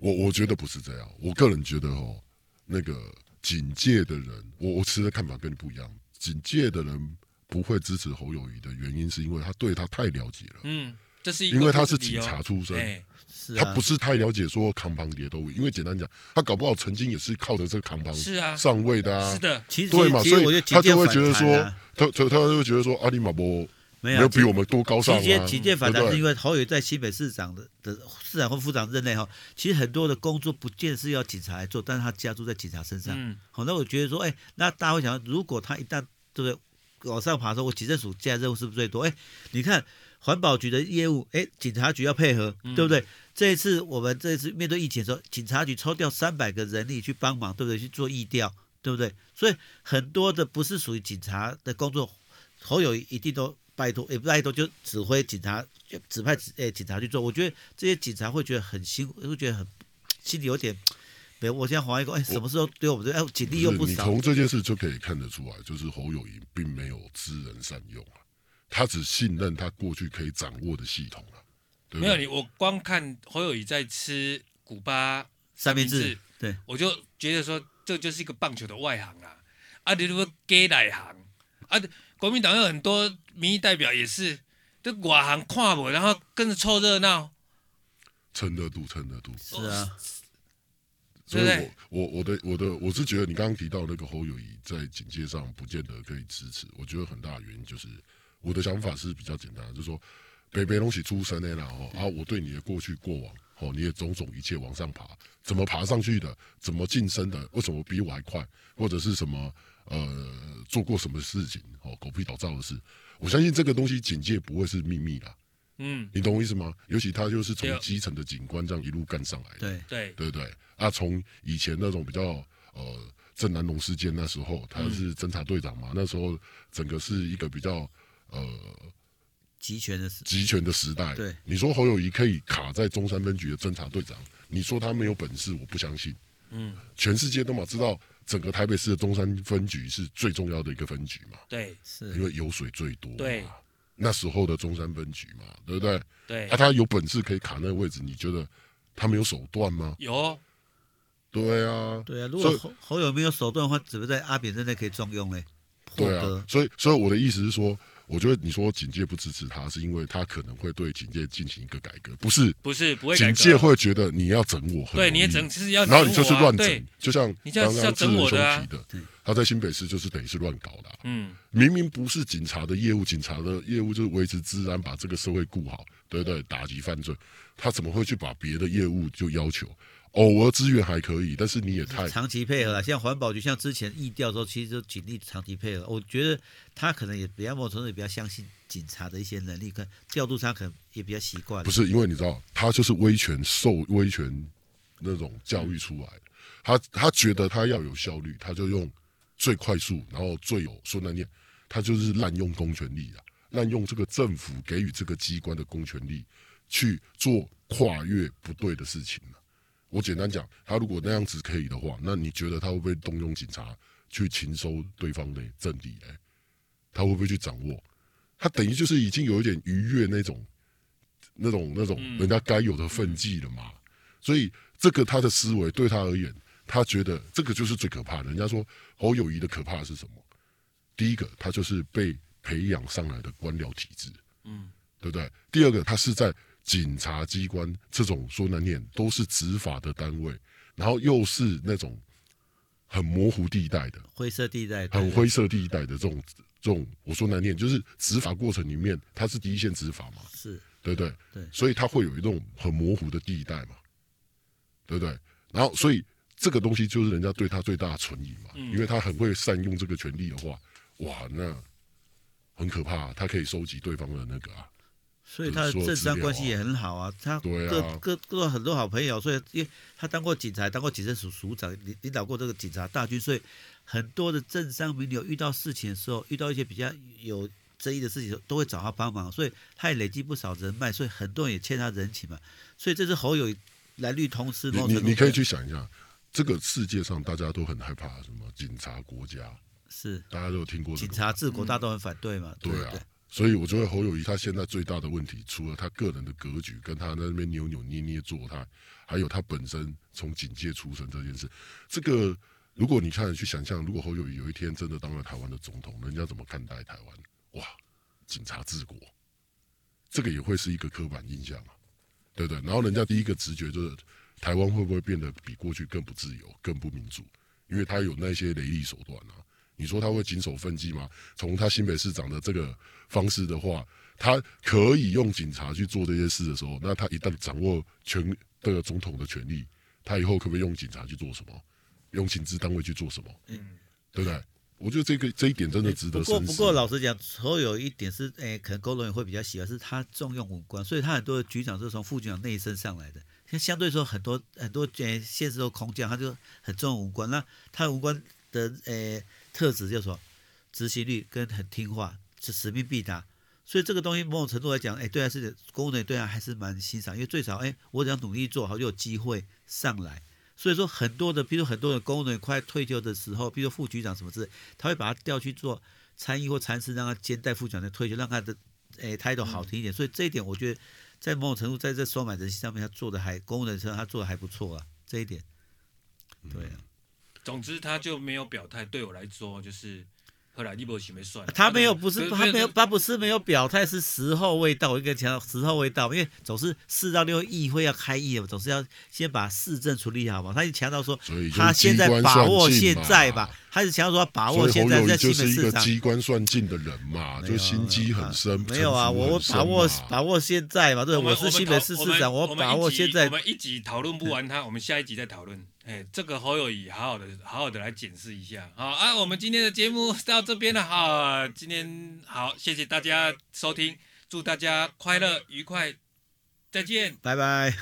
Speaker 4: 我我觉得不是这样，我个人觉得哦，那个警戒的人，我我持的看法跟你不一样。警戒的人不会支持侯友谊的原因，是因为他对他太了解了，
Speaker 1: 嗯，这是一个
Speaker 4: 因为他是
Speaker 1: 理由
Speaker 4: 警察出身，
Speaker 1: 哎，
Speaker 2: 是
Speaker 4: 他
Speaker 2: 啊
Speaker 4: 不，是太了解说扛帮叠都，因为简单讲，他搞不好曾经也是靠着这个扛帮
Speaker 1: 是啊，
Speaker 4: 上位的啊
Speaker 1: 是，的，
Speaker 2: 其实
Speaker 4: 对嘛？
Speaker 2: 其
Speaker 4: 所
Speaker 2: 实我觉得
Speaker 4: 以
Speaker 2: 警
Speaker 4: 他
Speaker 2: 戒
Speaker 4: 就会
Speaker 2: 反
Speaker 4: 觉得
Speaker 2: 弹
Speaker 4: 说
Speaker 2: 啊，，
Speaker 4: 他他他就会觉得说，阿里马波
Speaker 2: 没
Speaker 4: 没
Speaker 2: 有啊
Speaker 4: 有比我们多高尚
Speaker 2: 直接
Speaker 4: 啊，
Speaker 2: 直接反
Speaker 4: 对
Speaker 2: 弹
Speaker 4: 不对
Speaker 2: 是因为侯友宜在新北市长的的市长或副长任内哈，其实很多的工作不见是要警察来做，但是他加注在警察身上。
Speaker 1: 嗯，
Speaker 2: 好，那我觉得说，哎，那大家会想，如果他一旦对不对往上爬的时候，我警政署现在任务是不是最多？哎，你看环保局的业务，哎，警察局要配合，对不对？这一次我们这一次面对疫情的时候，警察局抽调三百个人力去帮忙，对不对？去做疫调，对不对？所以很多的不是属于警察的工作，侯友宜一定都拜托，也不拜托，就指挥警察，就指派诶、警察去做。我觉得这些警察会觉得很辛苦，会觉得很心里有点。没有，我现在怀疑过，哎，什么时候对我们这哎警力又
Speaker 4: 不
Speaker 2: 不
Speaker 4: 是你
Speaker 2: 少，
Speaker 4: 从这件事就可以看得出来，就是侯友谊并没有知人善用啊，他只信任他过去可以掌握的系统啊，对不
Speaker 1: 没有
Speaker 4: 对？
Speaker 1: 你，我光看侯友谊在吃。古巴
Speaker 2: 三明治
Speaker 1: 治，
Speaker 2: 对，
Speaker 1: 我就觉得说这就是一个棒球的外行啦、啊，你如果给内行啊，国民党有很多民意代表也是，这外行看不，然后跟着凑热闹，
Speaker 4: 蹭热度，蹭热度。
Speaker 2: 是啊，
Speaker 4: 所
Speaker 1: 对
Speaker 4: 以
Speaker 1: 不对
Speaker 4: 我我我的我的我是觉得你刚刚提到那个侯友谊在警戒上不见得可以支持，我觉得很大的原因就是我的想法是比较简单的，就是说北北东西出身的啦哦，啊，我对你的过去过往哦，你也种种一切往上爬，怎么爬上去的，怎么晋升的，为什么比我还快，或者是什么呃做过什么事情哦，狗屁倒灶的事，我相信这个东西警戒不会是秘密啦，
Speaker 1: 嗯，
Speaker 4: 你懂我意思吗？尤其他又是
Speaker 1: 对
Speaker 4: 从
Speaker 1: 啊
Speaker 4: 基层的警官这样一路干上来的。
Speaker 2: 对，
Speaker 1: 对，
Speaker 4: 对不对？啊，从以前那种比较呃郑南龙事件那时候，他
Speaker 1: 嗯
Speaker 4: 是侦察队长嘛，那时候整个是一个比较呃
Speaker 2: 集权的事，
Speaker 4: 集权的时代。
Speaker 2: 对，
Speaker 4: 你说侯友谊可以卡在中山分局的侦察队长，你说他没有本事，我不相信。
Speaker 1: 嗯，
Speaker 4: 全世界都嘛知道，整个台北市的中山分局是最重要的一个分局嘛，
Speaker 1: 对，
Speaker 4: 因
Speaker 2: 是啊
Speaker 4: 为油水最多。
Speaker 1: 对。
Speaker 4: 那时候的中山分局嘛，对不对？
Speaker 1: 对
Speaker 4: 啊，，他有本事可以卡那个位置，你觉得他没有手段吗？
Speaker 1: 有，
Speaker 4: 对啊，
Speaker 2: 对啊。如果
Speaker 4: 所以
Speaker 2: 侯侯友没有手段的话，怎么在阿扁任内可以重用嘞？破
Speaker 4: 对
Speaker 2: 格
Speaker 4: 啊，，所以所以我的意思是说，我觉得你说警戒不支持他，是因为他可能会对警戒进行一个改革，不是
Speaker 1: 不是不会改
Speaker 4: 警
Speaker 1: 革啊
Speaker 4: 戒会觉得你要整我很容易，
Speaker 1: 对，你也整是要整
Speaker 4: 然
Speaker 1: 我、啊，
Speaker 4: 后你就是乱
Speaker 1: 对
Speaker 4: 整，，就像
Speaker 1: 你这样
Speaker 4: 刚
Speaker 1: 是要
Speaker 4: 刚志
Speaker 1: 整
Speaker 4: 仁
Speaker 1: 我
Speaker 4: 兄
Speaker 1: 的啊
Speaker 4: 提的，他在新北市就是等于是乱搞的啊、
Speaker 1: 嗯，
Speaker 4: 明明不是警察的业务，警察的业务就是维持治安，把这个社会顾好，对不对？打击犯罪，他怎么会去把别的业务就要求？偶尔支援还可以，但是你也太
Speaker 2: 长期配
Speaker 4: 嗯
Speaker 2: 合啊，像环保局，像之前易调的时候，其实就警力长期配合。我觉得他可能也比较某种程度也比较相信警察的一些能力，跟调度上可能也比较习惯。
Speaker 4: 不，是因为你知道，他就是威权受威权那种教育出来的，他他觉得他要有效率，他就用最快速，然后最有说难念，他就是滥用公权力啊，滥用这个政府给予这个机关的公权力去做跨越不对的事情啊我简单讲，他如果那样子可以的话，那你觉得他会不会动用警察去勤收对方的阵地？呢？他会不会去掌握？他等于就是已经有一点逾越那种、那种、那种人家该有的分际了嘛。所以这个他的思维对他而言，他觉得这个就是最可怕的。人家说侯友谊的可怕是什么？第一个，他就是被培养上来的官僚体制，
Speaker 1: 嗯，
Speaker 4: 对不对？第二个，他是在警察机关这种说难念都是执法的单位，然后又是那种很模糊地带的，
Speaker 2: 灰色地带，对
Speaker 4: 很灰色地带的这种这种，我说难念，就是执法过程里面，它是第一线执法嘛，
Speaker 2: 是
Speaker 4: 对不对？
Speaker 2: 对
Speaker 4: 所以它会有一种很模糊的地带嘛，对不对？然后，所以这个东西就是人家对他最大的存疑嘛，
Speaker 2: 嗯
Speaker 4: 因为他很会善用这个权利的话，哇，那很可怕、啊他可以收集对方的那个啊，
Speaker 2: 所以他的政商关系也很好啊，他
Speaker 4: 对啊
Speaker 2: 各各各很多好朋友，所以因为他当过警察，当过警政署署长，领领导过这个警察大军，所以很多的政商名流遇到事情的时候，遇到一些比较有争议的事情的时候，都会找他帮忙，所以他也累积不少人脉，所以很多人也欠他人情嘛，所以这是侯友宜蓝绿通吃。某种
Speaker 4: 你你
Speaker 2: 程度
Speaker 4: 你可以去想一下，这个世界上大家都很害怕什么警察国家，
Speaker 2: 是
Speaker 4: 大家都有听过这
Speaker 2: 警
Speaker 4: 个
Speaker 2: 察治国，大家都很反对嘛，
Speaker 4: 嗯对
Speaker 2: 不
Speaker 4: 啊
Speaker 2: 对？，
Speaker 4: 所以我觉得侯友谊他现在最大的问题，除了他个人的格局跟他在那边扭扭捏捏做他，还有他本身从警界出身这件事，这个如果你看去想象，如果侯友谊有一天真的当了台湾的总统，人家怎么看待台湾？哇，警察治国，这个也会是一个刻板印象啊，对不对？然后人家第一个直觉就是台湾会不会变得比过去更不自由、更不民主？因为他有那些雷厉手段啊。你说他会谨守分际吗？从他新北市长的这个方式的话，他可以用警察去做这些事的时候，那他一旦掌握权这个总统的权力，他以后可不可以用警察去做什么？用警治单位去做什么？对不对？我觉得这个这一点真的值得
Speaker 2: 嗯不
Speaker 4: 深
Speaker 2: 过
Speaker 4: 思。
Speaker 2: 不过，老实讲，侯有一点是，哎、可能勾龙也会比较喜欢，是他重用文官，所以他很多局长是从副局长内升上来的。像相对说，很多很多呃，现实都空降，他就很重用文官。那他文官的呃特质就是说，执行率跟很听话，是使命必达。所以这个东西某种程度来讲，哎，对他是公务人员对他还是蛮欣赏，因为最少哎，我只要努力做好，就有机会上来。所以说很多的，比如很多的公务人员快退休的时候，比如副局长什么之类，他会把他调去做
Speaker 4: 嗯
Speaker 2: 参议或参事，让他兼带副局长的退休，让他的诶 title 好听一点。所以这一点我觉得在某种程度在这收买人心上面，他做的还公务人身上他做的还不错啊，这一点，
Speaker 4: 嗯
Speaker 2: 对啊，
Speaker 1: 总之他就没有表态，对我来说就是后来利伯奇没算了。
Speaker 2: 啊他没有不是
Speaker 1: 对
Speaker 2: 他没有他不是没有表态，是时候未到。我跟你讲，时候未到，因为总是四到六议会要开议了，总是要先把市政处理好嘛。他就强调说
Speaker 4: 所以，就
Speaker 2: 他现在把握现在
Speaker 4: 机关算尽嘛
Speaker 2: 吧，他是强调说把
Speaker 4: 所
Speaker 2: 握
Speaker 4: 以
Speaker 2: 现
Speaker 4: 侯
Speaker 2: 在
Speaker 4: 友
Speaker 2: 在
Speaker 4: 谊
Speaker 2: 新北
Speaker 4: 就是一
Speaker 2: 市
Speaker 4: 个
Speaker 2: 长。
Speaker 4: 机关算尽的人嘛，
Speaker 2: 没有
Speaker 4: 啊就心机很深。
Speaker 2: 没有啊，
Speaker 4: 城府
Speaker 2: 我
Speaker 4: 很深
Speaker 2: 把握
Speaker 4: 嘛
Speaker 2: 把握现在嘛，对，
Speaker 1: 我们
Speaker 2: 是新北市市长，
Speaker 1: 我
Speaker 2: 我
Speaker 1: 们
Speaker 2: 把
Speaker 1: 一
Speaker 2: 握
Speaker 1: 集
Speaker 2: 现在
Speaker 1: 我。们一集讨论不完他，我们下一集再讨论。哎，这个侯友谊好好的好好的来检视一下。好啊，我们今天的节目到这边了哈。今天好，谢谢大家收听，祝大家快乐愉快，再见。
Speaker 2: 拜拜。